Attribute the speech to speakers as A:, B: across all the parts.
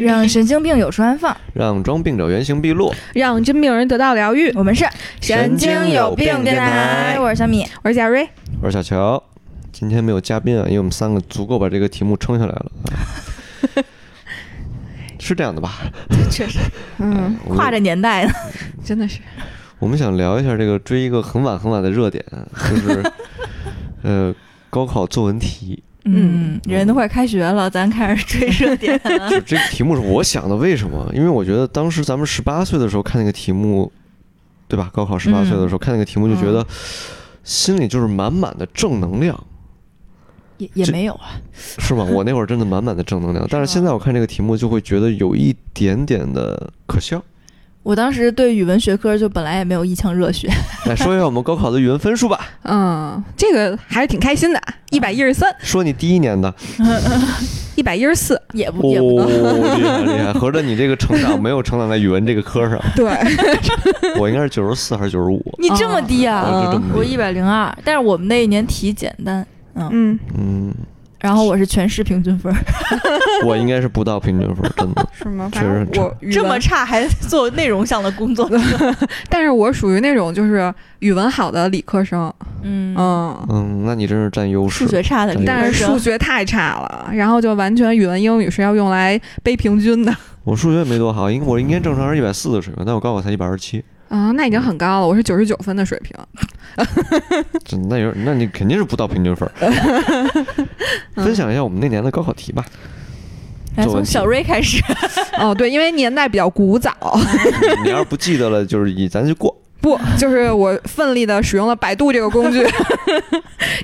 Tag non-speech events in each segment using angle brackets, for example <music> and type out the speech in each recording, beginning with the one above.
A: 让神经病有处安放。
B: 让装病者原形毕露。
C: 让真病人得到疗愈。
A: 我们是
B: 神经有病电台
A: 我是小米。
C: 我是贾瑞，
B: 我是小乔，今天没有嘉宾啊，因为我们三个足够把这个题目撑下来 <laughs> 了。是这样的吧？
C: 确实
A: 嗯，
B: <laughs> 我们
A: 跨着年代呢，
C: 真的是
B: 我们想聊一下这个追一个很晚很晚的热点，就是呃高考作文
A: 嗯
B: 题。
C: 嗯，
A: 人都快开学了，咱开始追热点了。
B: 就这个题目是我想的，为什么？因为我觉得当时咱们十八岁的时候看那个题目，对吧？高考十八岁的时候看那个题目，就觉得心里就是满满的正能量，
A: <laughs> 也也
B: 这
A: 没有啊，
B: 是吗？我那会儿真的满满的正能量，但是现在我看这个题目就会觉得有一点点的可笑。
A: 我当时对语文学科就本来也没有一腔热血，
B: 来说一下我们高考的语文分数吧，
C: 嗯，这个还是挺开心的，一百一十三，
B: 说你第一年的，
C: 一百一十四，
A: <laughs> 也不
B: 哦，
A: 也不能。
B: 厉害厉害，合着你这个成长没有成长在语文这个科上，
C: <laughs> 对，
B: 我应该是九十四还是九十五？
A: 你这么低啊？
B: 我就这么
A: 我
B: 低
A: 一百零二，但是我们那一年题简单，嗯，
C: 嗯，
B: 嗯，
A: 然后我是全市平均分，
B: 我应该是不到平均分，真的。
C: 是吗？
B: 确
C: 反
B: 实
C: 正
B: 很
C: 我语
A: <laughs>
C: 文
A: 这么，差还做内容上的工作，
C: 但是我属于那种就是语文好的理科生，
A: 嗯，
C: 嗯，
B: 嗯，那你真是占优势。
A: 数学差的理科生，
C: 但嗯是数学太差了，然后就完全语文、英语是要用来背平均的
B: 我数学没多好，应我应该正常是一百四的水平，但我高考才一百二十七，
C: 啊，那已经很高了，我是九十九分的水平，
B: 这那有那你肯定是不到平均分儿。
A: <laughs>
B: 分享一下我们那年的高考题吧，
A: 来 <laughs>
B: 作
A: 从
B: 文题
A: 小瑞开始，
C: <laughs> 哦，对，因为年代比较古早，
B: 你要是不记得了，就是以咱就过。
C: 不，就是我奋力的使用了百度这个
B: <laughs>
C: 工具，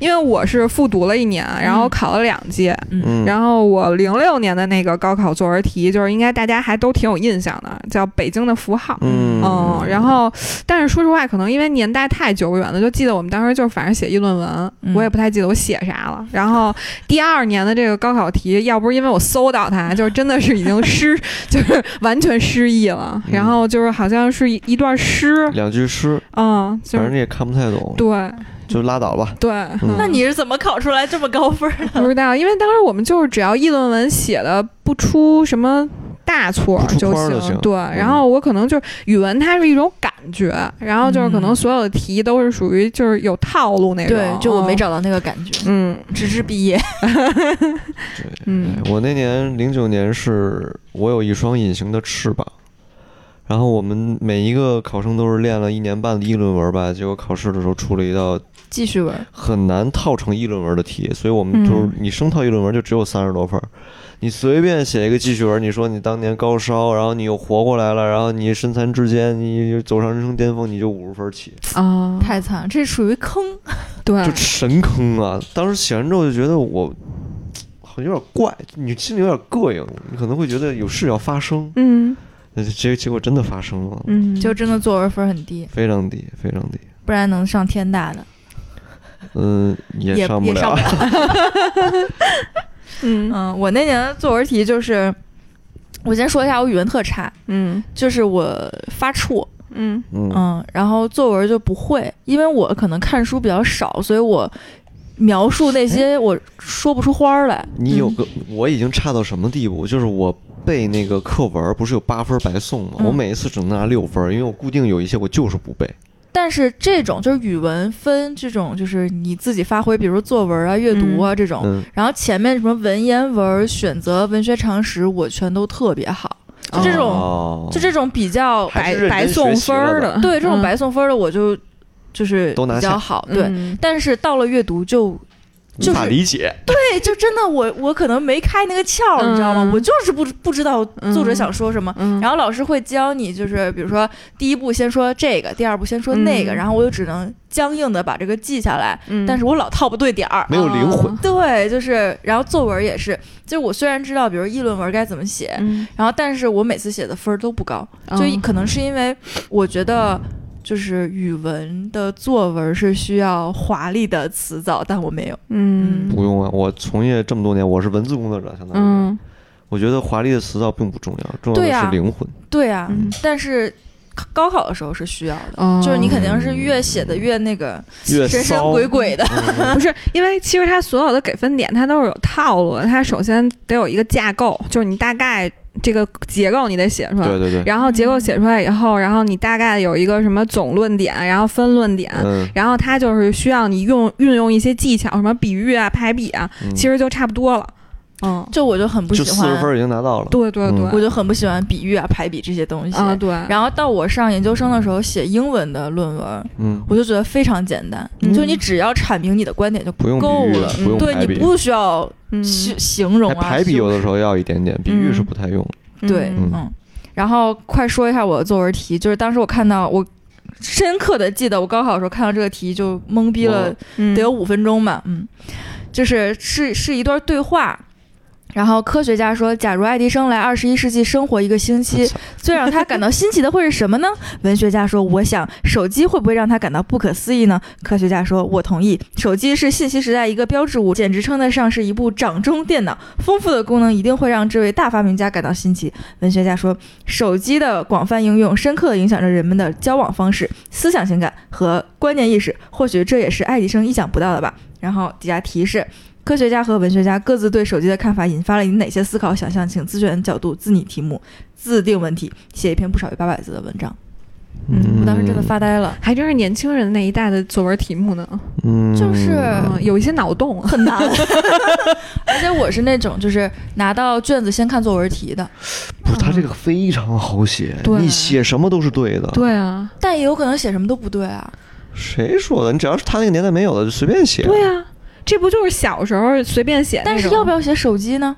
C: 因为我是复读了一年，然后考了两届，
B: 嗯，
C: 然后我零六年的那个高考作文题，就是应该大家还都挺有印象的，叫《北京的符号》。
B: 嗯
C: 嗯，然后，但是说实话，可能因为年代太久远了，就记得我们当时就是反正写议论文，
A: 嗯
C: 我也不太记得我写啥了。然后第二年的这个高考题，要不是因为我搜到它，就是真的是已经失， <laughs> 就是完全失忆了。
B: 嗯
C: 然后就是好像是一一段诗，
B: 两句诗，
C: 嗯，就
B: 反正
C: 是
B: 你也看不太懂，
C: 对
B: 就拉倒吧。
C: 对，嗯
B: 嗯
A: 那你是怎么考出来这么高分的？
C: 不知道，因为当时我们就是只要议论文写的不出什么。大错
B: 不出
C: 就
B: 框儿就行嗯
C: 对。然后我可能就是语文，它是一种感觉，然后就是可能
A: 嗯
C: 所有的题都是属于就是有套路那种。
A: 对，就我没
C: 嗯。
A: 找到那个感觉，
C: 嗯
A: 只是毕业，
C: 嗯
B: 我那年零九年是我有一双隐形的翅膀，然后我们每一个考生都是练了一年半的议论文吧，结果考试的时候出了一道
A: 继续玩。
B: 很难套成议论文的题，所以我们
C: 嗯
B: 就是你生套议论文就只有三十多分儿，你随便写一个记叙文，你说你当年高烧，然后你又活过来了，然后你身残志坚，你走上人生巅峰，你就五十分起，
A: 嗯
C: 啊，
A: 太惨了，这属于坑。
C: 对
A: 嗯
B: 就神坑啊！当时写完之后就觉得我好像有点怪，你心里有点膈应，你可能会觉得有事要发生，
C: 嗯
B: 但是结结果真的发生了，
C: 嗯，
A: 就真的作文分很低，
B: 非常低，非常低，
A: 不然能上天大的。
B: 嗯，
A: 也
B: 也上
A: 也
B: 不
A: 上
B: 了，
A: 不了
C: 嗯
A: 嗯，我那年的作文题就是，我先说一下，我语文特差，
C: 嗯
A: 就是我发怵，
C: 嗯
B: 嗯
A: 嗯，然后作文就不会，因为我可能看书比较少，所以我描述那些我说不出花儿来。
B: 你有个，我已经差到什么地步？就是我背那个课文儿，不是有八分儿白送吗？
A: 嗯
B: 我每一次只能拿六分儿，因为我固定有一些我就是不背。
A: 但是这种就是语文分这种，就是你自己发挥，比如作文啊、阅读啊这种，
B: 嗯，
A: 然后前面什么文言文、选择、文学常识，我全都特别好。就这种，
B: 哦
A: 就这种比较
B: 还
C: 白
B: 是认真
C: 白送分儿的，
A: 对这种
C: 嗯
A: 白送分儿的，我就就是
B: 都拿
A: 比
B: 下
A: 较好。对，
C: 嗯
A: 但是到了阅读就
B: 无法理解。
A: 对，就真的我我可能没开那个窍，你知道吗？
C: 嗯
A: 我就是不不知道作者想说什么。
C: 嗯，
A: 然后老师会教你，就是比如说第一步先说这个，第二步先说那个，
C: 嗯
A: 然后我就只能僵硬的把这个记下来，
C: 嗯
A: 但是我老套不对点儿。
B: 没有灵魂
C: 哦
A: 对，就是，然后作文也是，就是我虽然知道，比如议论文该怎么写，
C: 嗯
A: 然后但是我每次写的分儿都不高，就
C: 嗯
A: 可能是因为我觉得。就是语文的作文是需要华丽的词藻，但我没有。
C: 嗯
B: 不用啊，我从业这么多年，我是文字工作者，相当于、
C: 嗯
B: 我觉得华丽的词藻并不重要，重要
A: 对
B: 的
A: 呀
B: 是灵
A: <laughs>
B: 魂。
A: 对啊，
C: 嗯
A: 但是高考的时候是需要的，
C: 哦
A: 就是你肯定是越写的越那个
B: 越
A: 神神
B: 骚，
A: 鬼鬼
B: <laughs>
A: 的。
B: 嗯
C: 不是，因为其实它所有的给分点，它都是有套路的。它首先得有一个架构，就是你大概这个结构你得写出来，
B: 对对对，
C: 然后结构写出来以后，然后你大概有一个什么总论点，然后分论点，
B: 嗯，
C: 然后它就是需要你用运用一些技巧，什么比喻啊、排比啊，
B: 嗯
C: 其实就差不多了。嗯，
A: 就我就很不
B: 就
A: 喜
B: 四十
A: 欢，
B: 分已经拿到了，
C: 对对
B: 嗯
A: 我
C: 对，
A: 就很不喜欢比喻啊、排比这些东西。
C: 啊对，
A: 然后到我上研究生的时候写英文的论文，
B: 嗯，
A: 我就觉得非常简单，
C: 嗯
A: 就你只要阐明你的观点就
B: 不用比
A: 够
B: 喻
A: 了，嗯
B: 不用
A: 对
B: 排
A: 你
B: 比，
A: 不需要
C: 嗯
A: 形形容
B: 哎
A: 啊，
B: 排比有
A: 修
B: 的时候要一点点，比喻是
C: 嗯
B: 不太用。
A: 对，
C: 嗯
A: 嗯。然后快说一下我的作文题，就是当时我看到我深刻的记得，我高考的时候看到这个题就懵逼了
B: 哇，
C: 嗯
A: 得有五分钟吧，嗯，就是是是一段对话。然后科学家说，假如爱迪生来二十一世纪生活一个星期，最让他感到新奇的会是什么呢？ <laughs> 文学家说，我想手机会不会让他感到不可思议呢？科学家说，我同意，手机是信息时代一个标志物，简直称得上是一部掌中电脑。丰富的功能一定会让这位大发明家感到新奇。文学家说，手机的广泛应用深刻地影响着人们的交往方式、思想情感和观念意识，或许这也是爱迪生意想不到的吧。然后底下提示：科学家和文学家各自对手机的看法，引发了你哪些思考、想象？请自选角度，自拟题目，自定问题，写一篇不少于八百字的文章。
C: 嗯
A: 我当时真的发呆了，
C: 还真是年轻人那一代的作文题目呢，
B: 嗯，
A: 就是
C: 嗯，有一些脑洞啊。
A: 很难。 <laughs> 而且我是那种就是拿到卷子先看作文题的，
B: 不，他这个非常好写，
C: 对
B: 你写什么都是对的。，
C: 对啊，
A: 但也有可能写什么都不对啊。
B: 谁说的？你只要是他那个年代没有的，就随便写。
C: 对啊，这不就是小时候随便哎写那种？
A: 但是要不要写手机呢？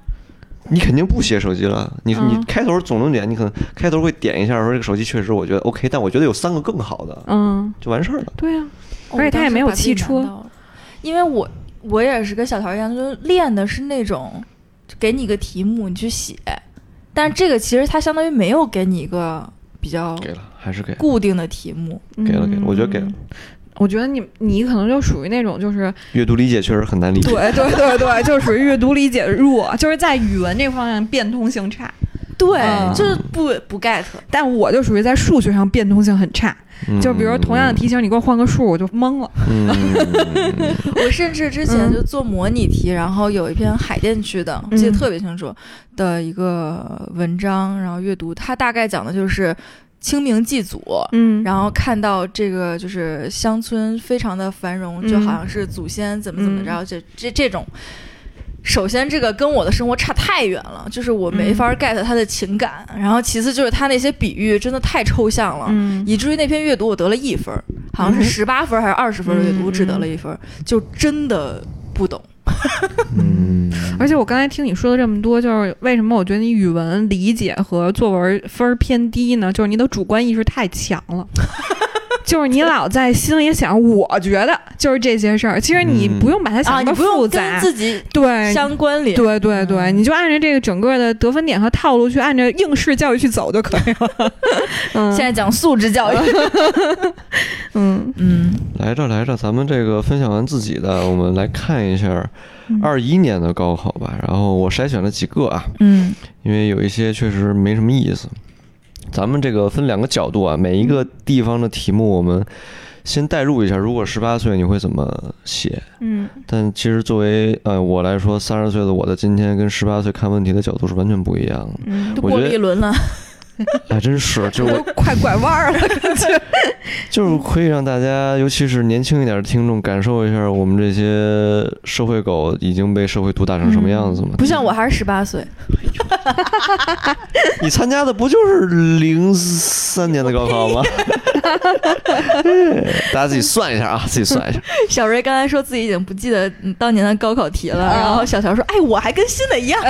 B: 你肯定不写手机了。你你
C: 嗯
B: 开头总论点，你可能开头会点一下说这个手机确实我觉得 OK，但我觉得有三个更好的，
C: 嗯，
B: 就完事儿了。
C: 对啊，
A: 哦
C: 而且他也没有汽，
A: 我
C: 车
A: 当时把自己难到了因为我我也是跟小桃一样，就是练的是那种就给你一个题目你去写，但这个其实它相当于没有给你一个比较
B: 给了还是给了，
A: 固定的题目，
B: 给了给了我觉得给了
C: 嗯。我觉得你你可能就属于那种
A: <laughs>
C: 就是
B: 阅读理解确实很难理解。
C: 对对对对， <laughs> 就是属于阅读理解弱，就是在语文这方面变通性差。
A: 对，
C: 嗯
A: 就是不不 get，
C: 但我就属于在数学上变通性很差，
B: 嗯
C: 就比如同样的题型，你给我换个数，我就懵了。
B: 嗯，嗯
A: 我甚至之
C: 嗯
A: 前就做模拟题，然后有一篇海淀区的，我记得特别清楚的一个文章，然后阅读，它大概讲的就是清明祭祖，
C: 嗯
A: 然后看到这个就是乡村非常的繁荣，就
C: 嗯
A: 好像是祖先怎么怎么着，这这这种。首先，这个跟我的生活差太远了，就是我没
C: 嗯
A: 法 get 他的情感。然后，其次就是他那些比喻真的太抽象了，
C: 嗯
A: 以至于那篇阅读我得了一分儿，好像是十八分儿还是二十分儿的阅读，
C: 嗯
A: 我只得了一分儿，就真的不懂。
B: 嗯，
C: <laughs> 而且我刚才听你说了这么多，就是为什么我觉得你语文理解和作文分儿偏低呢？就是你的主观意识太强
B: <laughs>
C: 了。就是你老在心里想，我觉得就是这些事儿，其实你
B: 嗯
C: 不用把它
A: 啊，
C: 想
A: 你
C: 那么
A: 不用
C: 复
A: 跟
C: 杂，
A: 自己
C: 对，
A: 相关联。
C: 对对对，
A: 嗯
C: 你就按照这个整个的得分点和套路去按照应试教育去走就可以了。
A: <laughs>
C: 嗯
A: 现在讲素质教育， <laughs>
C: 嗯
A: 嗯，
B: 来着来着，咱们这个分享完自己的，我们来看一下
C: 嗯
B: 二一年的高考吧。然后我筛选了几个啊，
A: 嗯
B: 因为有一些确实没什么意思。咱们这个分两个角度啊，每一个地方的题目我们先代入一下，如果十八岁你会怎么写？
C: 嗯
B: 但其实作为呃我来说，三十岁的我的今天跟十八岁看问题的角度是完全不一样的。
C: 嗯
A: 都，过
B: 我觉
A: 了
B: 得
A: 一轮了。
B: 还真是，就
C: 都
B: 我
C: <laughs> 快拐弯儿了。
B: 就是可以让大家，尤其是年轻一点的听众，感受一下我们这些社会狗已经被社会毒打成什么样子嘛。
A: 嗯不像我还是十八岁，
B: 你参加的不就是零三年的高考吗？大家自己算一下啊，自己算一下。
A: <laughs> 小瑞刚才说自己已经不记得嗯当年的高考题了，
C: 啊
A: 然后小乔说：“哎，我还跟新的一 <laughs> 样。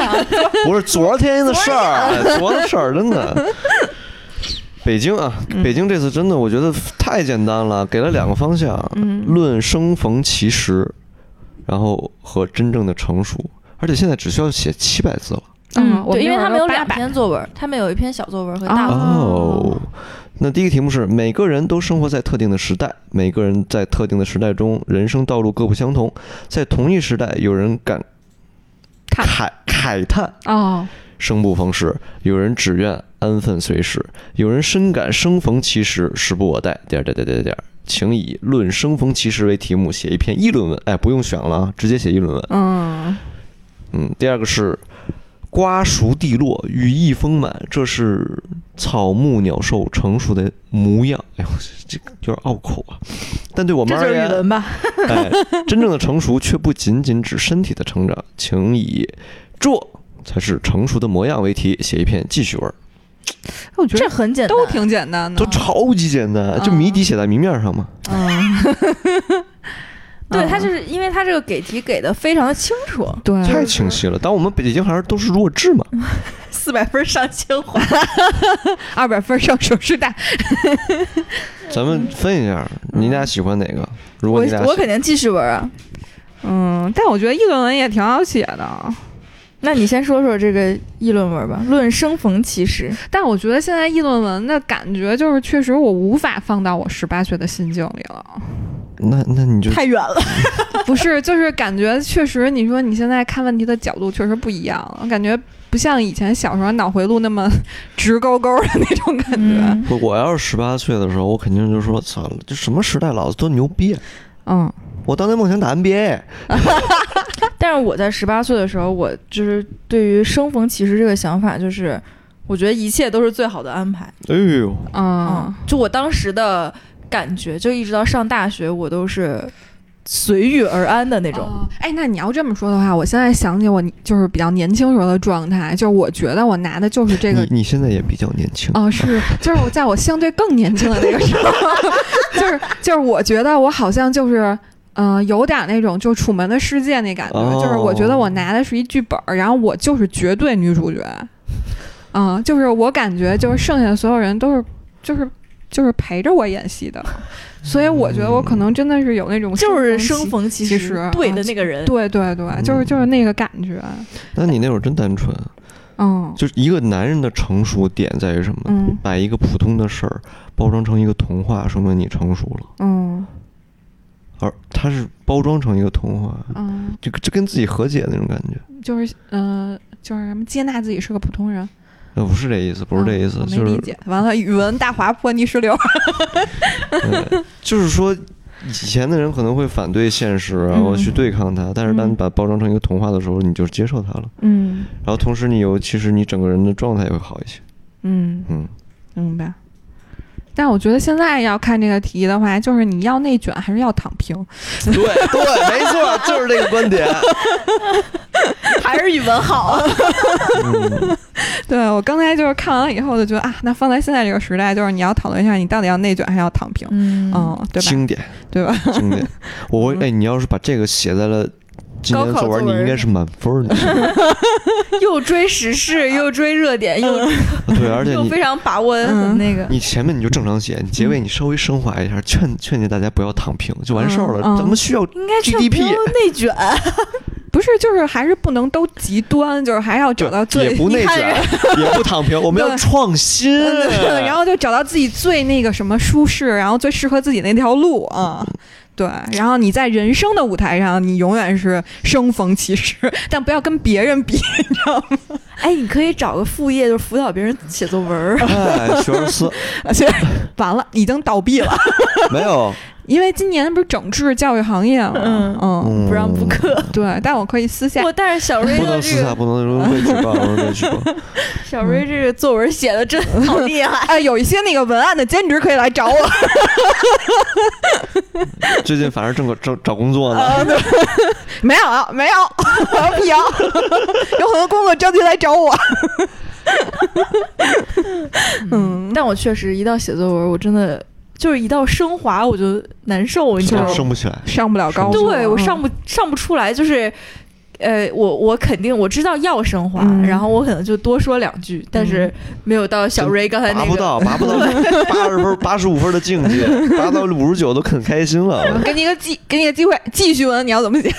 B: 不是昨天的事儿，哎昨天的事儿真的。北京啊，北京这次真的我觉得太简单了，给了两个方向，
C: 嗯
B: 论生逢其时，然后和真正的成熟。而且现在只需要写七百字了
C: 嗯，
A: 对，因为他们
C: 们
A: 有两
C: 百。
A: 篇作文，他们有一篇小作文和大文。
C: 哦
B: 哦。那第一个题目是：每个人都生活在特定的时代，每个人在特定的时代中，人生道路各不相同。在同一时代，有人感
C: 看
B: 慨慨叹
C: 哦，
B: 生不逢时，有人只愿安分随时，有人深感生逢其时，时不我待。点儿点儿点儿点儿点儿，请以“论生逢其时”为题目写一篇议论文。哎，不用选了啊，直接写议论文。
C: 嗯
B: 嗯，第二个是瓜熟蒂落，羽翼丰满，这是草木鸟兽成熟的模样。哎呦，这个有点拗口啊。但对我们
A: 这就
B: 而
A: 是语
B: 言，
A: 文吧？
B: 哎，真正的成熟却不仅仅指身体的成长，请以做才是成熟的模样为题写一篇记叙文，
A: 嗯
C: 我觉
A: 这
C: 得
A: 很简单，嗯
C: 都挺简单的，
B: 都超级简单，就谜底写在谜面上嘛。
C: 嗯，
A: 对，
C: 嗯
A: 他就是因为他这个给题给的非常的清楚，
C: 对，
B: 太清晰了。但我们北京孩儿都是弱智嘛，
A: 嗯四百分上清华。
C: 二百分上首师大，
B: 咱们分一下，你俩喜欢哪个？如果
A: 我
B: 你俩
A: 我肯定记叙文啊。
C: 嗯，但我觉得议论文也挺好写的，
A: 那你先说说这个议论文吧，《论生逢其时》。
C: 但我觉得现在议论文的感觉就是，确实我无法放到我十八岁的心境里了。 <laughs>
B: 那那你就
A: 太远了。
C: 不是，就是感觉确实，你说你现在看问题的角度确实不一样了，感觉不像以前小时候脑回路那么 <laughs> 直勾勾的那种感觉。嗯
A: 嗯，
B: 我我要是十八岁的时候，我肯定就说操了，这什么时代老子多牛逼啊！
C: 嗯
B: 我当年梦想打 NBA，
A: 但是我在十八岁的时候，我就是对于“生逢其时”这个想法，就是我觉得一切都是最好的安排。啊
B: 哎呦，
C: 嗯，
A: 就我当时的感觉，就一直到上大学，我都是随遇而安的那种。
C: 哦哎，那你要这么说的话，我现在想起我就是比较年轻时候的状态，就是我觉得我拿的就是这个。
B: 你你现在也比较年轻，
C: 哦，是，就是我在我相对更年轻的那个时候， <laughs> 就是就是我觉得我好像就是，嗯、有点那种就《楚门的世界》那感觉，就是我觉得我拿的是一剧本儿，然后我就是绝对女主角，嗯、就是我感觉就是剩下的所有人都是就是就是陪着我演戏的，所以我觉得我可能真的是有那种
A: 就是
C: 生
A: 生
C: 逢
A: 逢其
C: 其
A: 时
C: 时，
A: 对
C: 啊
A: 的那个人
C: 其，对对对，就是就是那个感觉，
B: 那你那会儿真单纯。
C: 嗯
B: 就是一个男人的成熟点在于什么？
C: 嗯
B: 把一个普通的事儿包装成一个童话，说明你成熟了。
C: 嗯
B: 而他是包装成一个童话，
C: 嗯，
B: 就这跟自己和解那种感觉。
C: 就是嗯、呃就是什么接纳自己是个普通人。
B: 呃，不是这意思，不是这意思，
C: 嗯我没
B: 就
C: 理
B: 是
C: 解。完了，语文大滑坡泥石流。
B: 对，就是说，以前的人可能会反对现实，然后去对抗它。但是当你把它包装成一个童话的时候，你就接受它了。
C: 嗯
B: 然后同时，你有其实你整个人的状态也会好一些。
C: 嗯，
B: 嗯，
C: 明白。但我觉得现在要看这个题的话，就是你要内卷还是要躺平？
B: <laughs> 对对，没错，就是这个观点。
A: 还是语文好。
B: 嗯，
C: 对我刚才就是看完了以后就觉得啊，那放在现在这个时代，就是你要讨论一下你到底要内卷还是要躺平，
A: 嗯
C: 嗯，对吧？
B: 经典，
C: 对吧？ <laughs>
B: 经典。我会，哎，你要是把这个写在了今年的
A: 高考
B: 作文，
A: 作
B: 你
A: 文
B: 应该是满分的。
A: <laughs> 又追时事，又追热点，又
B: 对，而且
A: 又
B: 你
A: 非。常嗯把握
C: 嗯
A: 那个。
B: 你前面你就正常写，你结尾你稍微升华一下，劝劝诫大家不要躺平，就完事儿了。
C: 嗯嗯
B: 咱们
A: <laughs>
B: 需要
A: 应该全
B: GDP
A: 不用内卷，
C: 不是，就是还是不能都极端，就是还要找到
B: 也
C: 最
B: 不内
A: 你看嗯
B: 卷，啊也不躺平，
A: <laughs>
B: 我们要
C: 对
B: 创新。
C: 然后就找到自己最那个什么舒适，然后最适合自己那条路啊。对，然后你在人生的舞台上，你永远是生逢其时，但不要跟别人比。
A: <laughs>
C: <laughs>
A: 哎，你可以找个副业，就是辅导别人写作文儿。
B: 哎，学而思
C: 其实完了，已经倒闭 <laughs> 了，
B: 没有，
C: 因为今年不是整治教育行业吗？
A: 嗯
C: 嗯，
B: 嗯
A: 不让补课。
C: 对，但我可以私下
A: <laughs> 我但是小瑞
B: 不
A: 的
B: 能
A: 这
B: 私下，
A: 个
B: 不能容易被举报，容易被举报。
A: <laughs> 小瑞这个作文写的真好厉害。
C: 哎，有一些那个文案的兼职可以来找 <laughs> 我。
B: <laughs> 最近反正正找找工作呢，
C: 没有啊，没有， <laughs> 我 <laughs> 辟谣，有很多工作着急来找我。嗯，
A: <laughs> 但我确实一到写作文，我真的就是一到升华我就难受，你知
C: 就
A: 道
C: 是
A: 吗？
B: 升不起来。
C: 上不了高中，
A: 对我
C: 嗯
A: 上不上不出来，就是。呃，我我肯定我知道要升华，
C: 嗯
A: 然后我可能就多说两句，但是没有到小瑞刚才
B: 拔
A: 那
B: 嗯不
A: 个。
B: <laughs> 到，拔不到八十分、八十五分的境 <laughs> 界，拔到五十九都很开心了。
C: 给你一个机，给你个机会，继续问你要怎么写。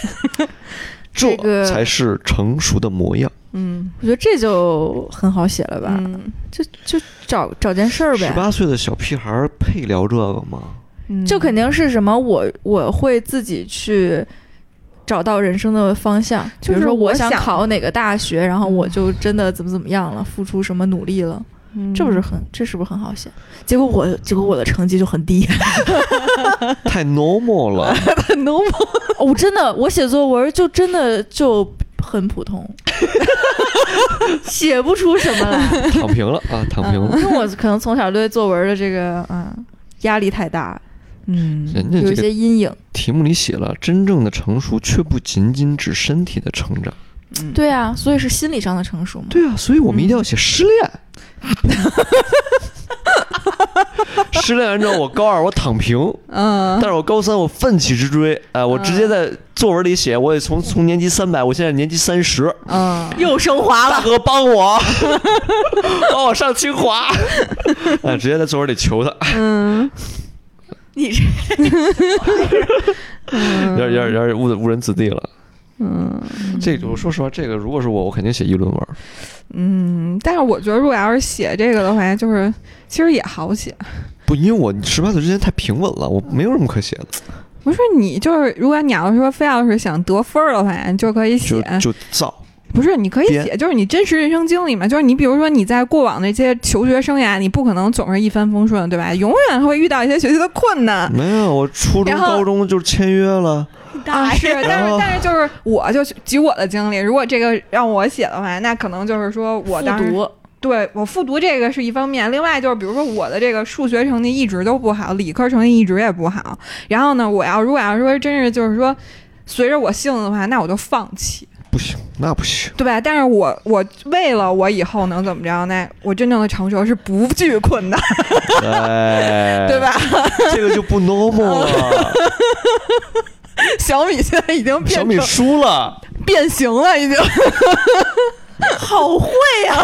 A: 这
B: 这
A: 个
B: 才是成熟的模样。
C: 嗯，
A: 我觉得这就很好写了吧，
C: 嗯
A: 就就找找件事儿
B: 十
A: 呗，
B: 八岁的小屁孩儿配聊这个 <laughs> 吗？
A: 就肯定是什么我我会自己去找到人生的方向，
C: 就
A: 比
C: 是
A: 如说
C: 我
A: 想
C: 想
A: 考哪个大学，然后我就真的怎么怎么样了，付出什么努力了，这不是很这是不是很好写？结果我结果我的成绩就很 <laughs> 低，
B: 太 normal 了， <laughs>
C: 很 normal。
A: <laughs> 我、真的我写作文就真的就很普通，写不出什么来。
B: 躺平了啊，躺平了。
A: 因为我可能从小对作文的这个嗯压力太大，
C: 嗯，
B: 人
A: 有
B: 家
A: 一
B: 这个
A: 些阴影。
B: 题目里写了，真正的成熟却不仅仅指身体的成长。
C: 嗯，
A: 对啊，所以是心理上的成熟嘛。
B: 对啊，所以我们一定要写失恋。 <laughs> 失恋，按照我高二我躺平，
C: 嗯
B: 但，是我高三我奋起直追，哎、我直
C: 啊
B: 接在作文里写，我也从从年级三百，我现在年级三十，
C: 嗯，
A: 又升华
B: 大，哥帮我， <laughs> 帮我上清华， <laughs> 哎，直接在作文里求他，
C: 嗯，
A: 你这
B: 有点有点有点误误人子弟了。
C: 嗯
B: 这个我说实话，这个如果是我，我肯定写议论文。
C: 嗯，但是我觉得，如果要是写这个的话，就是其实也好写。
B: 不，因为我十八岁之前太平稳了，我没有什么可写的，
C: 不是你，就是如果你要是说非要是想得分儿的话，你就可以写
B: 就，就造。
C: 不是你可以
B: 编
C: 写，就是你真实人生经历嘛。就是你比如说你在过往的一些求学生涯，你不可能总是一帆风顺，对吧？永远会遇到一些学习的困难。
B: 没有，我初中、
C: 然后
B: 高中就是签约了。
C: 啊，
A: <laughs>
C: 是，但
B: 然
C: 是
B: 后
C: 但是就是，我就举我的经历，如果这个让我写的话，那可能就是说我
A: <laughs>
C: 当时
A: 读，
C: 对我复读这个是一方面，另外就是比如说我的这个数学成绩一直都不好，理科成绩一直也不好。然后呢，我要如果要说真是就是说，随着我性子的话，那我就放弃，
B: 不行，那不
C: <laughs>
B: 行。
C: 对吧？但是我我为了我以后能怎么着，那我真正的成熟是不惧困难，
B: 哎，
C: 对？吧？ <laughs>
B: 这个就不 normal 了。
C: 小米现在已经
B: 小
C: 变
B: 米
C: 成
B: 输了，
C: 变形了，已经。
A: 好会啊！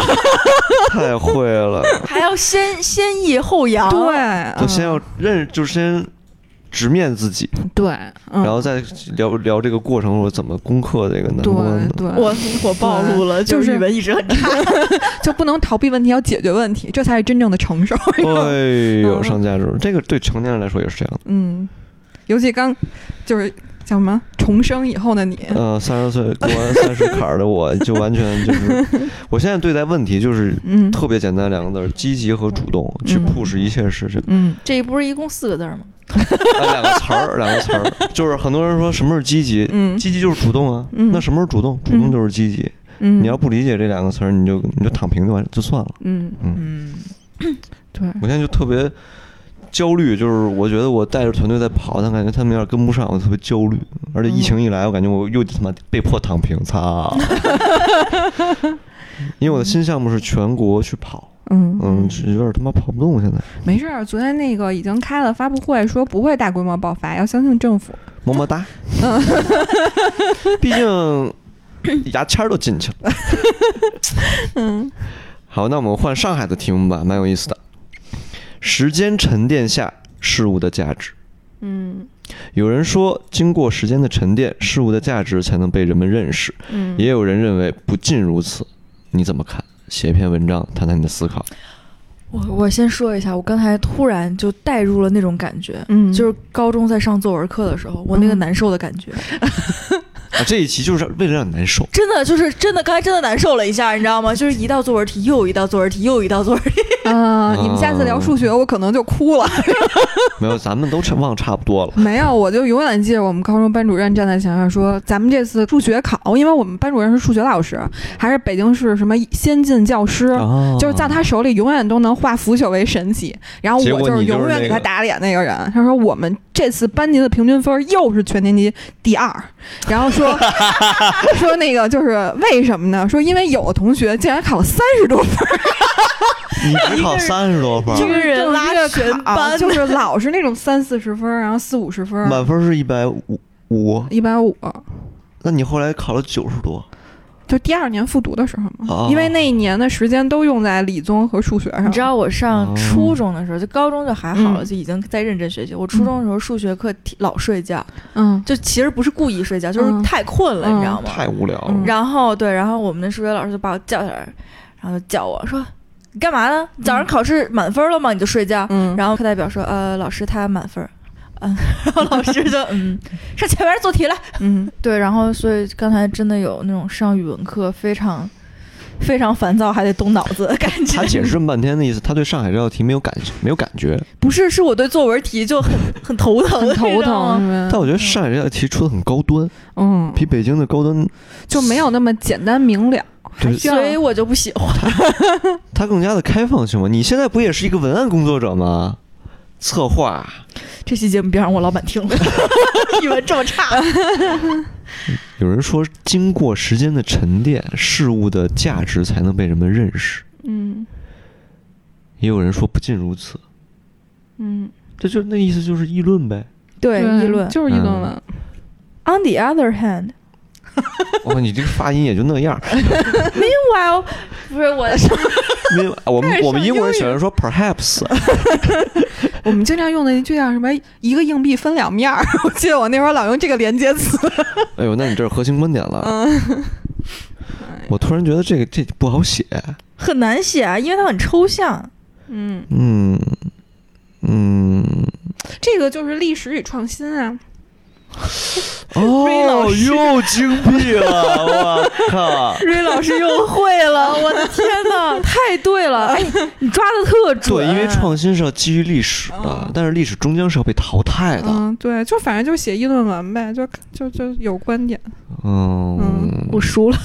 B: 太会
C: <laughs>
B: 了。
A: <laughs> 还要先先抑后扬，
C: 对，，
B: 啊就先要
C: 嗯
B: 认，就是先直面自己，
C: 对，
B: 然
C: 嗯。
B: 后再聊聊这个过程，我怎么攻克这个难
C: 对
B: 关的。
C: 对，
A: 我我暴露了，
C: 就是
A: 是语文一直很 <laughs> 差。
C: 就不能逃避问题，要解决问题，这才是真正的成熟。
B: 哎呦，
C: <laughs> 嗯
B: 上价值，这个对成年人来说也是这样的。
C: 嗯，尤其刚就是叫什么重生以后的你，
B: 呃，三十岁过
C: <laughs>
B: 完三十坎儿的我，就完全就是，我现在对待问题就是
C: 嗯
B: 特别简单两个字儿：积极和主动，去
C: 嗯
B: push 一切事情。
C: 嗯
A: 这一不是一共四个字儿吗？
B: 啊两个词
C: <laughs>
B: 儿，两个词儿，就是很多人说什么是积极，
C: 嗯
B: 积极就是主动啊。
C: 嗯
B: 那什么是主动？主动就是积极。
C: 嗯，
B: 你要不理解这两个词儿，你就你就躺平就完就算了。
C: 嗯
A: 嗯，
C: 对，
B: 我现在就特别焦虑，就是我觉得我带着团队在跑，但感觉他们有点跟不上，我特别焦虑。而且疫情一来，我感觉我又他妈被迫躺平，操！因为我的新项目是全国去跑，
C: 嗯
B: 嗯，有点他妈跑不动现在。
C: 没事儿。昨天那个已经开了发布会，说不会大规模爆发，要相信政府。
B: 么么哒。毕竟牙签儿都进去了。好，那我们换上海的题目吧，蛮有意思的。时间沉淀下事物的价值，
C: 嗯
B: 有人说，经过时间的沉淀，事物的价值才能被人们认识；
C: 嗯
B: 也有人认为不尽如此。你怎么看？写一篇文章，谈谈你的思考。
A: 我我先说一下，我刚才突然就带入了那种感觉，
C: 嗯
A: 就是高中在上作文课的时候，我那个难受的感觉，
B: 啊，这一期就是为了让你难受。
A: 真的就是真的，刚才真的难受了一下，你知道吗？就是一道作文题又一道作文题又一道作文题，
C: 啊，你们下次聊数学，我可能就
B: <laughs>
C: 哭了。
B: 没有，咱们都差忘差不多了。
C: 没有，我 <laughs> 就永远记得我们高中班主任站在前面说：“咱们这次数学考，因为我们班主任是数学老师，还是北京市什么先进教师。
B: 啊
C: 就是在
A: 嗯
C: 他手里永远都能化腐朽为神奇。然后
B: 结
C: 我
B: 果
C: 就是
B: 你就是
C: 永远给
B: 那
C: 他
B: 个
C: 打脸那个人。他说我们这次班级的平均分又是全年级第二，然
B: <laughs>
C: 后说说那个就是为什么呢？说因为有的同学竟然考了三十多分儿，
B: 你只考三十多分儿，
A: 一个人
C: 就是
A: 拉
C: 这个
A: 全
C: 考
A: 班 <laughs>
C: 就是老是那种三四十分儿，然后四五十分儿，
B: 满分是一百五五，
C: 一百五。
B: 那你后来考了九十多，
C: 就第二年复读的时候嘛，
B: 哦
C: 嗯因为那一年的时间都用在理综和数学上。
A: 你知道我上
B: 哦
A: 初中的时候，就高中就还好了，
C: 嗯
A: 就已经在认真学习。我初中的时候数学课题老睡觉，
C: 嗯
A: 就其实不是故意睡觉，就是
C: 嗯
A: 太困了，
C: 嗯
A: 你知道吗？
B: 太无聊
C: 嗯
B: 了。
A: 然后对，然后我们的数学老师就把我叫起来，然后就叫我说：“你干嘛呢？早上考试满分了吗？你就睡觉。
C: 嗯，
A: 然后课代表说：“呃，老师他满分。”嗯， <laughs> 然后老 <laughs> 师就嗯，上前面做题来。
C: 嗯
A: 对，然后所以刚才真的有那种上语文课非常非常烦躁，还得动脑 <laughs> 子的感觉。
B: 他解释这么半天的意思，他对上海这道题没有感没有感觉，
A: 不是，是我对作文题就很很头 <laughs> 疼，嗯
C: 很头
A: 你知道
C: 疼
A: 吗。
C: 是
B: 但
C: 吧？
B: 我觉得上海这道题出的很高端，
C: 嗯，
B: 比北京的高端。
C: 就没有那么简单明了。还需要
A: 所以我就不喜欢。
B: 它更加的开放性嘛。你现在不也是一个文案工作者吗？策划，
A: 这期节目别让我老板听了， <laughs> 语文这么差。
B: 有人说，经过时间的沉淀，事物的价值才能被人们认识；
C: 嗯
B: 也有人说不尽如此。
C: 嗯，
B: 这就那意思就是议论呗。
A: <laughs> 对议论。
C: 就是议论文，
A: On the other hand,
B: 哦，你这个发音也就那 <laughs> 样。
A: meanwhile，不是我
B: 因为我
C: 开
B: 们
C: 始
B: 我们
C: 上
B: 英国人
C: 英语
B: 喜欢说 perhaps，嗯
C: 我们经常用的一句叫什么“一个硬币分两面儿”， <laughs> 我记得我那会儿老用这个连接词。
B: 哎呦，那你这是核心观点了。
C: 嗯，
B: <laughs> 我突然觉得这个这不好写。
A: <laughs> 很难写啊，因为它很抽象。
C: 嗯，
B: 嗯嗯，
C: 这个就是历史与创新啊。瑞
B: 哦
C: 老，师
B: 又精辟了，我靠！
A: 瑞老师又会了， <laughs> 我的天 <laughs> 哪，太对了！哎，你抓的特准。
B: 对，因为创新是要基于历史的
C: 嗯，
B: 但是历史终将是要被淘汰的。
C: 嗯，对，就反正就写议论文呗，就就就有观点。
B: 嗯
C: 嗯，
A: 我输了，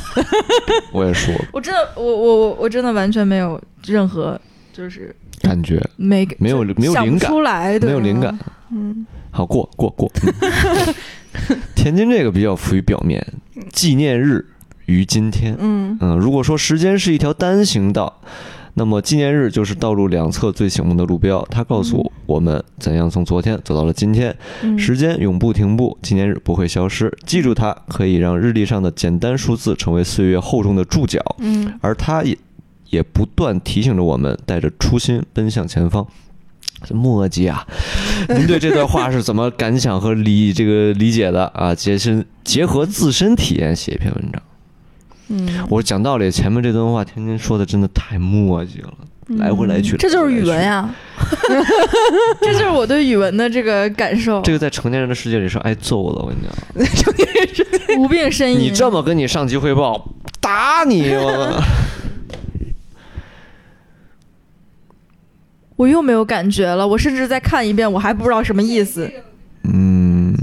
B: 我也说
A: 我真的，我我我我真的完全没有任何就是
B: 感觉
A: 没
B: 没有没有
A: 想
B: 灵
A: 不
B: 感，
A: 出来，对啊
B: 没有灵感。
C: 嗯
B: 好，过过
A: <laughs>
B: 过。嗯天津这个比较浮于表面，
A: 嗯
B: 纪念日于今天。
C: 嗯
B: 嗯，如果说时间是一条单行道，那么纪念日就是道路两侧最醒目的路标，它告
A: 嗯
B: 诉我们怎样从昨天走到了今天。
C: 嗯，
B: 时间永不停步，纪念日不会消失，记住它可以让日历上的简单数字成为岁月厚重的注脚，
C: 嗯
B: 而它也也不断提醒着我们，带着初心奔向
A: <laughs>
B: 前方。墨迹啊，您对这段话是怎么感想和理这个理解的啊？结身结合自身体验写一篇文章。
C: 嗯，
B: 我讲道理，前面这段话天天说的真的太墨迹了，来回来去。
A: 嗯这就是语文
B: 呀、
A: 呀、 <laughs> 这就是我对语文的这个感受，
B: 这个在成年人的世界里是挨揍的，我跟你讲。
A: 无病呻吟。
C: 嗯
B: 你这么跟你上级汇报，打你！我
A: 我又没有感觉了，我甚至再看一遍，我还不知道什么意思。
B: <laughs> 嗯，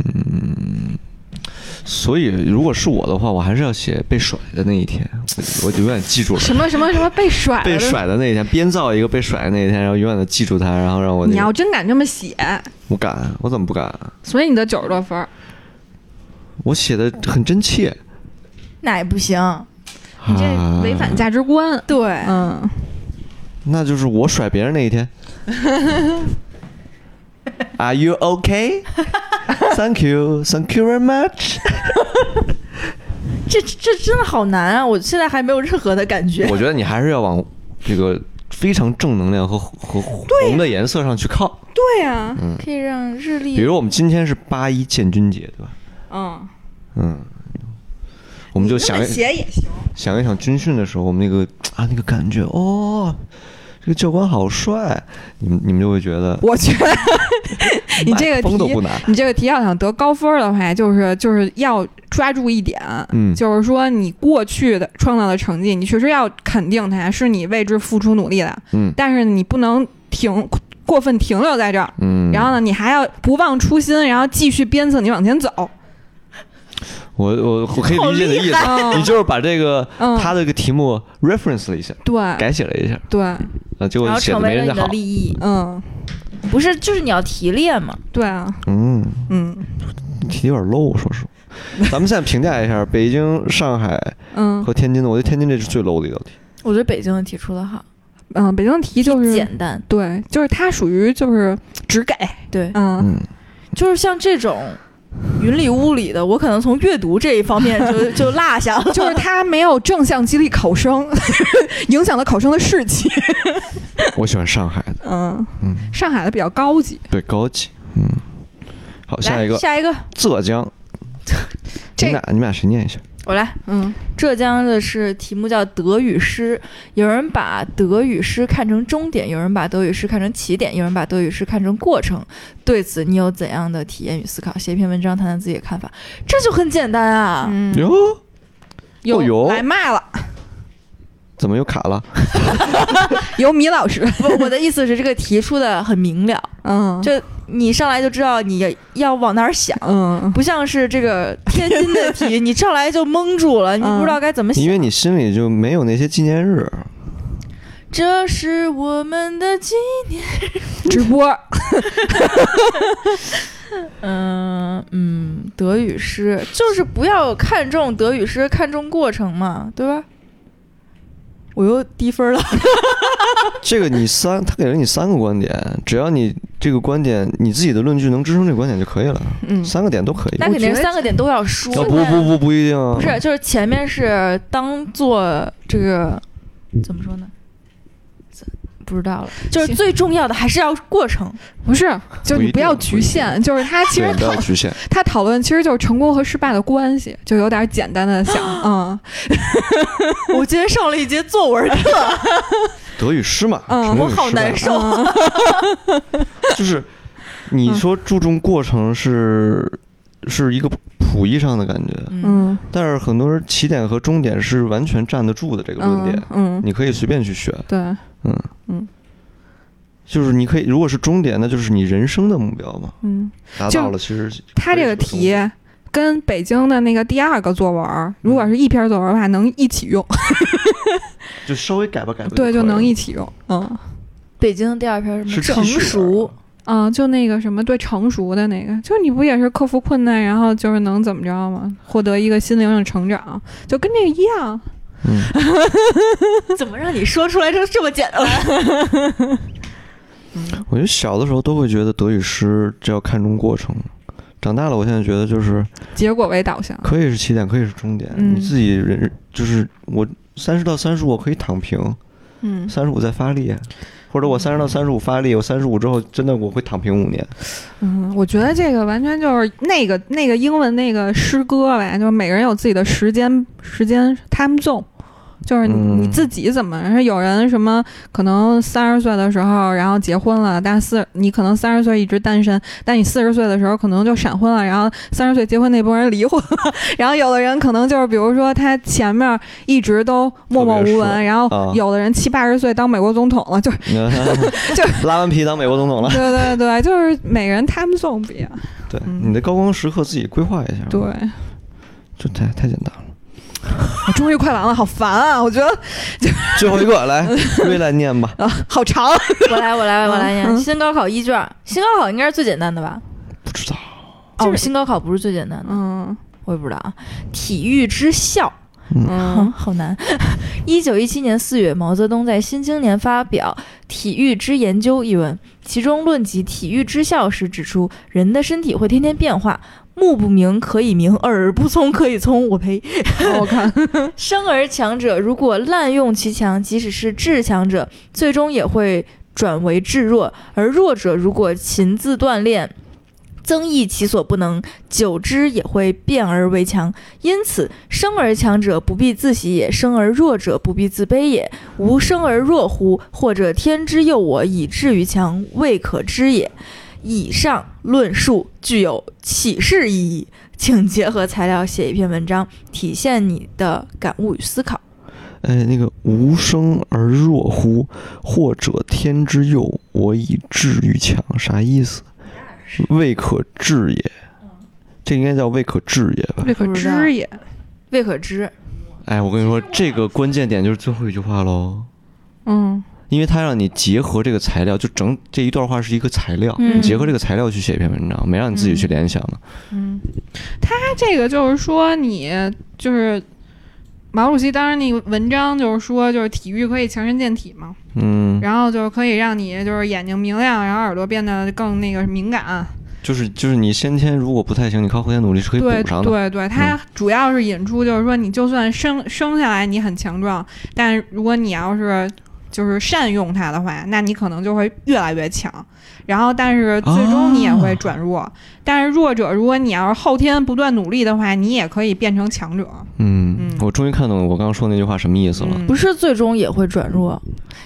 B: 所以如果是我的话，我还是要写被甩的那一天，我我永远记住了。
C: 什么什么什么被甩了
B: 被甩的那一天，编造一个被甩的那一天，然后永远的记住他，然后让我、那
C: 你
B: 个
C: 要真敢这么写，
B: 我敢，我怎么不敢？
C: 所以你得九十多分儿。
B: 我写的很真切，
A: 那也不行，
C: 你这违反
B: 啊
C: 价值观。
A: 对，
C: 嗯，
B: 那就是我甩别人那一
C: <laughs>
B: 天。Are you okay? Thank you, thank you very much 。
A: 这这真的好难啊！我现在还没有任何的感觉。
B: 我觉得你还是要往这个非常正能量和 <laughs> 和红的颜色上去靠。
C: 对啊呀，
B: 嗯
A: 可以让日历
B: 比如我们今天是八一建军节，对吧？
C: 嗯，
B: 嗯，我们就想一
C: 写也行。
B: 想一想军训的时候，我们那个啊那个感觉，哦，这个教官好帅，你们你们就会觉得
C: 我觉得你这个
B: 风都
C: 题
B: 不，拿。
C: 你这个题要想得高分儿的话，就是就是要抓住一点，
B: 嗯
C: 就是说你过去的创造的成绩，你确实要肯定它是你为之付出努力的，
B: 嗯
C: 但是你不能停过分停留在这儿。
B: 嗯，
C: 然后呢，你还要不忘初心，然后继续鞭策你往前走。
B: 我我我可以理解你的意思，
C: 嗯
B: 你就是把这个
C: 嗯，
B: 他的这个题目 reference 了一下，
C: 对
B: 改写了一下，
C: 对，
B: 啊，结
A: 然
B: 果
A: 后
B: 写的
A: 成
B: 没
A: 为了
B: 人
A: 你
B: 家
A: 的
B: 好。
A: 利益，
C: 嗯，
A: 不是，就是你要提炼嘛。
C: 对啊，
B: 嗯，
C: 嗯
B: 题有点 low，说实话。咱们现在评价一下北京、上海
C: 嗯
B: 和天津的，我觉得天津这是最 low 的一道题。
A: 我觉得北京的题出的好，
C: 嗯，北京题就是
A: 简单。
C: 对，就是它属于就是只给，
A: 对，
C: 嗯，
B: 嗯，
A: 就是像这种云里雾里的，我可能从阅读这一方面
B: <laughs>
A: 就就落下 <laughs> 了。
C: 就是它没有正向激励考生， <laughs> 影响了考生的士气。
B: 我喜欢上海的，
C: 嗯，
B: 嗯，
C: 上海的比较高级，
B: 对，高级，嗯。好，下
A: 来
B: 一个
A: 下一个，<laughs>
B: 浙江，你
C: 这
B: 们俩你们俩谁念一下？
A: 我来。
C: 嗯
A: 浙江的是题目叫德语诗，有人把德语诗看成终点，有人把德语诗看成起点，有人把德语诗看成过程。对此，你有怎样的体验与思考？写一篇文章，谈谈自己的看法，
B: <laughs>
A: 这就很简单啊。
C: 嗯，
B: 哟，
C: 有
B: 哦有
C: 来卖了，
B: 怎么又卡了？
C: 有米
A: <laughs>
C: 老师，
A: 不，我的意思是这个题出的很明了，
C: 嗯，
A: 就你上来就知道你要往哪儿想，
C: 嗯，
A: 不像是这个天津的
B: <laughs>
A: 题，你上来就蒙住了，你不知道该怎么
B: 嗯因
A: 写。
B: 为你心里就没有那些纪念日，
A: 这是我们的记，
C: 直
A: <laughs>
C: 播，
A: 嗯嗯，德语诗就是不要看重德语诗，看重过程嘛，对吧？我又低分了，
B: 这个你三，他给了你三个观点，只要你这个观点你自己的论据能支撑这个观点就可以了，
C: 嗯，
B: 三个点都可以。
A: <laughs> 那肯定是三个点都要输。
B: 啊不不不不一定啊，
A: 不是，就是前面是当做这个怎么说呢？不知道了，就是
C: 行
A: 最重要的还是要过程。
C: 不是，就
B: 不一
C: 你
B: 定
C: 不要局限，就是他其
B: 对
C: 实
B: 不要
C: 讨
B: 局限。
C: 他讨论其实就是成功和失败的关系，就有点简单的想，
A: <laughs>
C: 嗯
A: <laughs> 我今天上了一节作文课，
B: 德语诗嘛，
C: 嗯
B: 成语
A: 我好
B: 诗嘛啊
A: 难，受。
C: <laughs>
B: 就是你
C: 嗯
B: 说注重过程是是一个谱义上的感觉，
C: 嗯
B: 但是很多人起点和终点是完全站得住的这个论点
C: 嗯，嗯，
B: 你可以随便去学，
C: 对，
B: 嗯
C: 嗯，
B: 就是你可以，如果是终点，那就是你人生的目标嘛，
C: 嗯。
B: 达
C: 就
B: 到了，其实
C: 他这个题跟北京的那个第二个作文，
B: 嗯
C: 如果是一篇作文的话，能一起用，
B: 就稍微改吧改吧，
C: 对，就能一
B: 一
C: 起用。嗯
A: 北京的第二篇什
B: 是
A: 么成
B: T 恤
A: 熟，
C: 嗯，就那个什么对成熟的那个，就是你不也是克服困难，然后就是能怎么着吗？获得一个心灵上的成长，就跟这个一样。
B: 嗯，
A: <laughs> 怎么让你说出来这这么简单？
B: 我觉得小的时候都会觉得德语诗只要看重过程。长大了，我现在觉得就是
C: 结果为导向，
B: 可以是起点，可以是终点，
C: 嗯
B: 你自己人就是我三十到三十五我可以躺平，
C: 嗯，
B: 三十五再发力，或者我三十到三十五发力，我三十五之后真的我会躺平五年。
C: 嗯，我觉得这个完全就是那个那个英文那个诗歌呗，就是每个人有自己的时间时间 time zone，就是你
B: 嗯
C: 你自己怎么，有人什么可能三十岁的时候然后结婚了，但四你可能三十岁一直单身，但你四十岁的时候可能就闪婚了，然后三十岁结婚那波人离婚了， <laughs> 然后有的人可能就是比如说他前面一直都默默
B: 特别
C: 无
B: 顺
C: 闻，然
B: 啊
C: 后有的人七八十岁当美国总统
B: <laughs>
C: 了， <laughs> 就是
B: 就 <laughs> 拉完皮当美国总统了。
C: 对对对，就是每个人 time zone 不一样，
B: 对，
C: 嗯
B: 你的高光时刻自己规划一下。
C: 对。，
B: 这太太简单了。
C: 我终于快完了，好烦啊！我觉得
B: 最后一个
C: <laughs>
B: 来，瑞来念吧。
C: 啊，好长。
A: <laughs> 我来，我来，我来
C: 嗯
A: 念
C: 嗯
A: 新高考一卷，新高考应该是最简单的吧？
B: 不知道，
A: 哦，
C: 就是
A: 新高考不是最简单的，
C: 嗯
A: 我也不知道啊。体育之孝，嗯，
C: 嗯
A: 好难。 <laughs> 一九一七年四月，毛泽东在《新青年》发表《体育之研究》一文，其中论及体育之孝时指出，人的身体会天天变化，目不明可以明，耳不聪可以聪。我呸！
C: 我看，
A: <laughs> 生而强者如果滥用其强，即使是至强者，最终也会转为至弱；而弱者如果勤自锻炼，增益其所不能，久之也会变而为强。因此，生而强者不必自喜也，生而弱者不必自卑也。吾生而弱乎？或者天之佑我以至于强，未可知也。以上论述具有启示意义，请结合材料写一篇文章。体现你的感悟与思考。
B: 哎，那个无声而弱乎，或者天之佑我以至于强，啥意思？未可治也，
C: 嗯
B: 这应该叫未可治也吧？
C: 未可知也。
A: 未可知，
B: 哎，我跟你说，这个关键点就是最后一句话喽。
C: 嗯
B: 因为它让你结合这个材料，就整这一段话是一个材料，
A: 嗯
B: 你结合这个材料去写一篇文章，没让你自己去联想嘛。
C: 嗯，他这个就是说你，就是毛主席当时那个文章就是说，就是体育可以强身健体嘛，
B: 嗯，
C: 然后就是可以让你就是眼睛明亮，然后耳朵变得更那个敏感。
B: 就是就是你先天如果不太行，你靠后天努力是可以
C: 对
B: 补上的。嗯
C: 对对，他主要是引出就是说，你就算生生下来你很强壮，但如果你要是就是善用它的话，那你可能就会越来越强。然后，但是
B: 啊
C: 最终你也会转弱。但是弱者，如果你要是后天不断努力的话，你也可以变成强者。
B: 嗯，
C: 嗯
B: 我终于看懂我刚刚说那句话什么意思了。
C: 嗯
A: 不是最终也会转弱。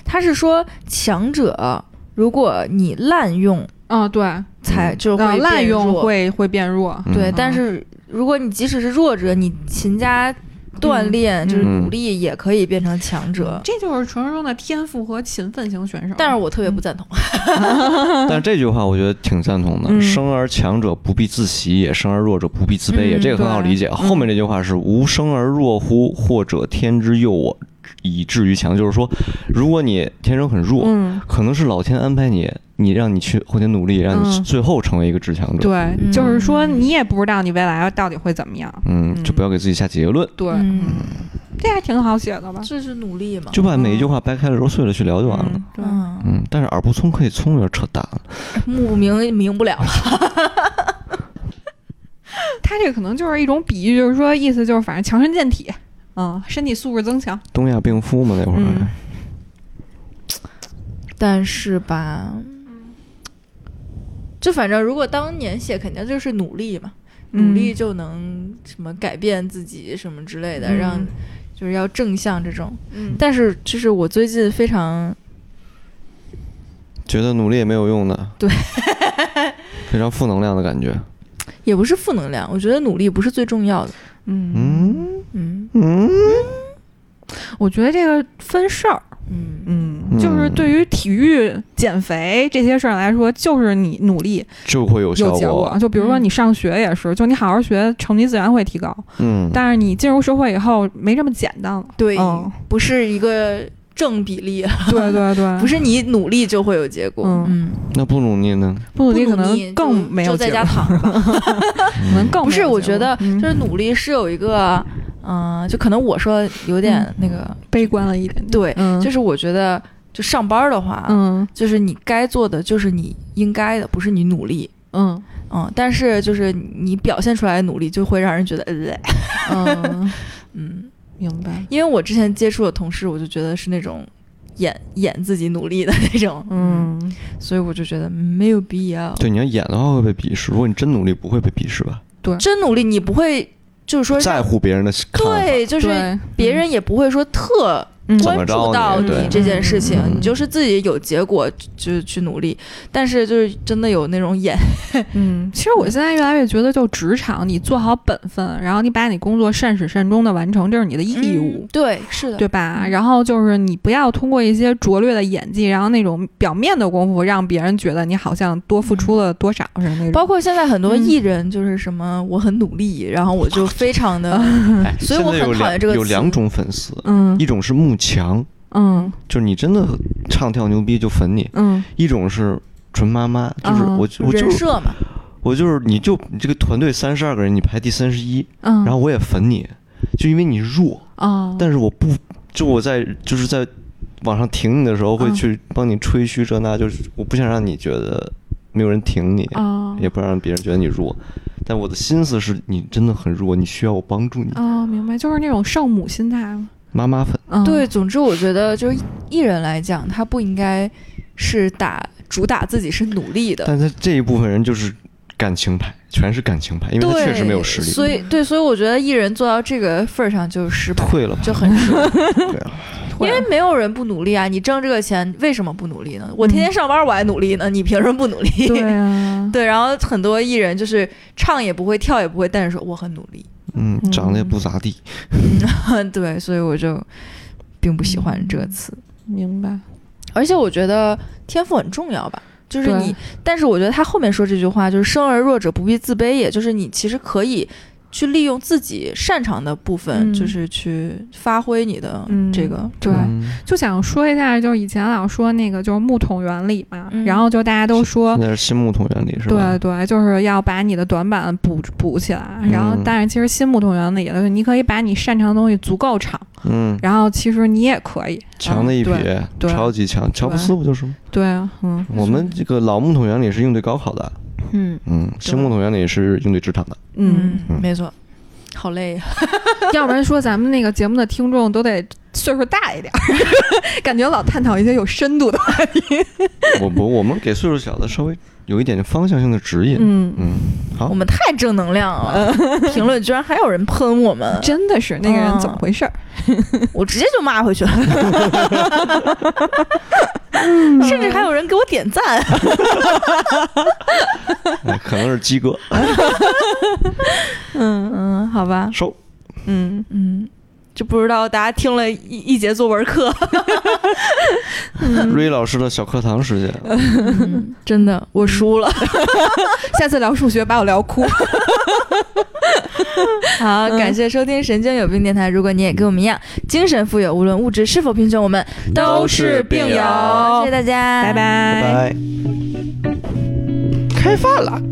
A: 他是说，强者如果你滥用，
C: 嗯，对，呃
A: 才就会变
C: 滥用
A: 弱
C: 会会变弱。
B: 嗯
A: 对。但是如果你即使是弱者，你勤加锻炼，就是
B: 嗯
A: 努力也可以变成强者。
C: 这就是传说中的天赋和勤奋型选手。
A: 但是我特别不赞同，
B: 嗯但这句话我觉得挺赞同的。
C: 嗯
B: 生而强者不必自喜也，生而弱者不必自卑也，
A: 嗯
B: 这个很好理解。后面这句话是“吾生而弱乎，或者天之佑我，以至于强”，就是说，如果你天生很弱，
C: 嗯，
B: 可能是老天安排你，你让你去后天努力，让你
C: 嗯
B: 最后成为一个至强者。
C: 对，
A: 嗯
C: 就是说你也不知道你未来到底会怎么样。
B: 嗯，就不要给自己下结论，
C: 对，
A: 嗯，
C: 这还挺好写的吧？
A: 这是努力嘛。
B: 就把每一句话掰开了揉碎了去聊就完了。
C: 嗯对，
A: 嗯，
B: 嗯，但是耳不聪可以聪明，扯淡了。
A: 目不明明不了了。
C: 他这可能就是一种比喻，就是说意思就是反正强身健体，嗯，身体素质增强。
B: 东亚病夫嘛，那会儿。
C: 嗯
A: 但是吧，嗯就反正如果当年写，肯定就是努力嘛，
C: 嗯
A: 努力就能什么改变自己什么之类的，
C: 嗯
A: 让就是要正向这种。
C: 嗯，
A: 但是就是我最近非常
B: 觉得努力也没有用的，
A: 对，
B: <laughs> 非常负能量的感觉。
A: 也不是负能量，我觉得努力不是最重要的。
C: 嗯，
B: 嗯
A: 嗯
B: 嗯
C: 我觉得这个分事儿，
A: 嗯，
C: 嗯就是对于体育、减肥这些事儿来说，就是你努力
B: 就会有效
C: 有结果。就比
A: 嗯
C: 如说你上学也是，就你好好学，成绩自然会提高。
B: 嗯，
C: 但是你进入社会以后，没这么简单了。
A: 对， <laughs>
C: 嗯
A: 不是一个正比例，
C: 对对对，
A: 不是你努力就会有结果。嗯
C: 啊嗯，
B: 那不努力呢？
C: 不努力可
A: 不努力就
C: 能更没有
A: 就在
C: 结
A: 家
C: 果，
A: 躺着吧。
B: 嗯
C: 可能更
A: 不是，
C: 没有
A: 我
C: 结
A: 觉
C: 果
A: 得就
C: 嗯
A: 是努力是有一个，嗯、就可能我说有点
C: 嗯
A: 那个，
C: 悲观了一点点。
A: 对，
C: 嗯，
A: 就是我觉得就上班的话，
C: 嗯
A: 就是你该做的就是你应该的，不是你努力。
C: 嗯
A: 嗯，但是就是你表现出来的努力，就会让人觉得，呃，
C: 嗯，
A: 嗯，
C: <laughs> 明白。
A: 因为我之前接触的同事，我就觉得是那种演演自己努力的那种，，
C: 嗯，
A: 所以我就觉得没有必要。
B: 对，你要演的话会被鄙视，如果你真努力不会被鄙视吧？
A: 真努力，你不会就是说
B: 在乎别人的看法，
A: 对，就是
C: 对
A: 别人也不会说特。
C: 嗯
B: 怎
A: 关
B: 么着
A: 注
B: 你
A: 到你
B: 对
A: 这件事情，
B: 嗯
A: 你就是自己有结果就去努力，但是就是真的有那种演，
C: 嗯，其实我现在越来越觉得，就职场你做好本分，然后你把你工作善始善终的完成，这是你的义务。
A: 嗯对，是的，
C: 对吧？
A: 嗯
C: 然后就是你不要通过一些拙劣的演技，然后那种表面的功夫，让别人觉得你好像多付出了多少似的那种。
A: 包括现在很多
C: 嗯
A: 艺人就是什么我很努力，然后我就非常的，<laughs>
B: 哎
A: 所以我
B: 现在有
A: 很讨厌
B: 两
A: 这个
B: 有
A: 词
B: 两种粉丝，
C: 嗯
B: 一种是慕强，
C: 嗯
B: 就是你真的唱跳牛逼就粉你；
C: 嗯
B: 一种是纯妈妈，就是我、
C: 嗯
B: 我就
A: 人
B: 是
A: 设嘛，
B: 我就是你就你这个团队三十二个人，你排第三十一，
C: 嗯，
B: 然后我也粉你，就因为你弱，
C: 啊，
B: 但是我不就我在就是在网上挺你的时候，会
C: 嗯
B: 去帮你吹嘘这那，就是我不想让你觉得没有人挺你，
C: 啊
B: 也不想让别人觉得你弱。但我的心思是你真的很弱，你需要我帮助你。
C: 啊，明白，就是那种圣母心态嘛。
B: 妈妈粉，
C: 嗯，
A: 对，总之我觉得就是艺人来讲，他不应该是打主打自己是努力的，
B: 但他这一部分人就是感情派，全是感情派，因为他
A: 对，
B: 确实没有实力，
A: 所以对，所以我觉得艺人做到这个份儿上就失败，
B: 退了啊吧，
A: 就很失败。
B: 退了。
A: 因为没有人不努力啊，你挣这个钱为什么不努力呢？我天天上班我还努力呢，你凭什么不努力？
C: <laughs> 对
A: <laughs>
C: 啊，
A: 对然后很多艺人就是唱也不会，跳也不会，但是说我很努力， <laughs>
B: 嗯，长得也不咋地。
A: 对，所以我就并不喜欢这个词。
C: 明白。
A: 而且我觉得天赋很重要吧，就是
C: 对
A: 你，但是我觉得他后面说这句话就是“生而弱者不必自卑”，也就是你其实可以去利用自己擅长的部分，
C: 嗯
A: 就是去发挥你的
C: 嗯
A: 这个，
C: 对
B: 嗯
C: 就想说一下，就是以前老说那个就是木桶原理嘛，
A: 嗯
C: 然后就大家都说
B: 现在是新木桶原理是吧？
C: 对啊对，就是要把你的短板补补起来。然后
B: 嗯，
C: 但是其实新木桶原理就是，你可以把你擅长的东西足够长，
B: 嗯，
C: 然后其实你也可以。
B: 强的一匹
C: 嗯对，对
B: 超级强，乔布斯不就是吗？
C: 对啊，嗯
B: 我们这个老木桶原理是用对高考的，
C: 嗯
B: 嗯，新木桶原理是用对职场的。
C: 嗯， <laughs>
B: 嗯
A: 没错，好累呀、
C: 要不然说咱们那个节目的听众都得岁数大一点儿， <laughs> 感觉老探讨一些有深度的。
B: 我不，我们给岁数小的稍微有一点方向性的指引。
C: 嗯，
B: 嗯，好
A: 我，们太正能量了， <laughs> 评论居然还有人喷我们，
C: 真的是那个人怎么回事儿？
A: 我直接就骂回去 <laughs> 了，甚至还有人给我点赞。
B: 哎可能是鸡哥
C: 嗯
A: 嗯，好吧，
B: 收。
C: 嗯，
A: 嗯，就不知道大家听了一一节作文 <laughs> 课，
B: 瑞老师的小课堂时间，嗯
A: <laughs> 真的我输了。 <laughs>
C: 下次聊数学把我聊 <laughs> 哭。
A: 好，
B: 嗯
A: 感谢收听《神经有病电台》。如果你也跟我们一样精神富有，无论物质是否贫穷，我们
B: 都
A: 是
B: 是病
A: 友。
B: 友
A: 谢谢大家，
C: 拜。
B: 拜拜。开饭了。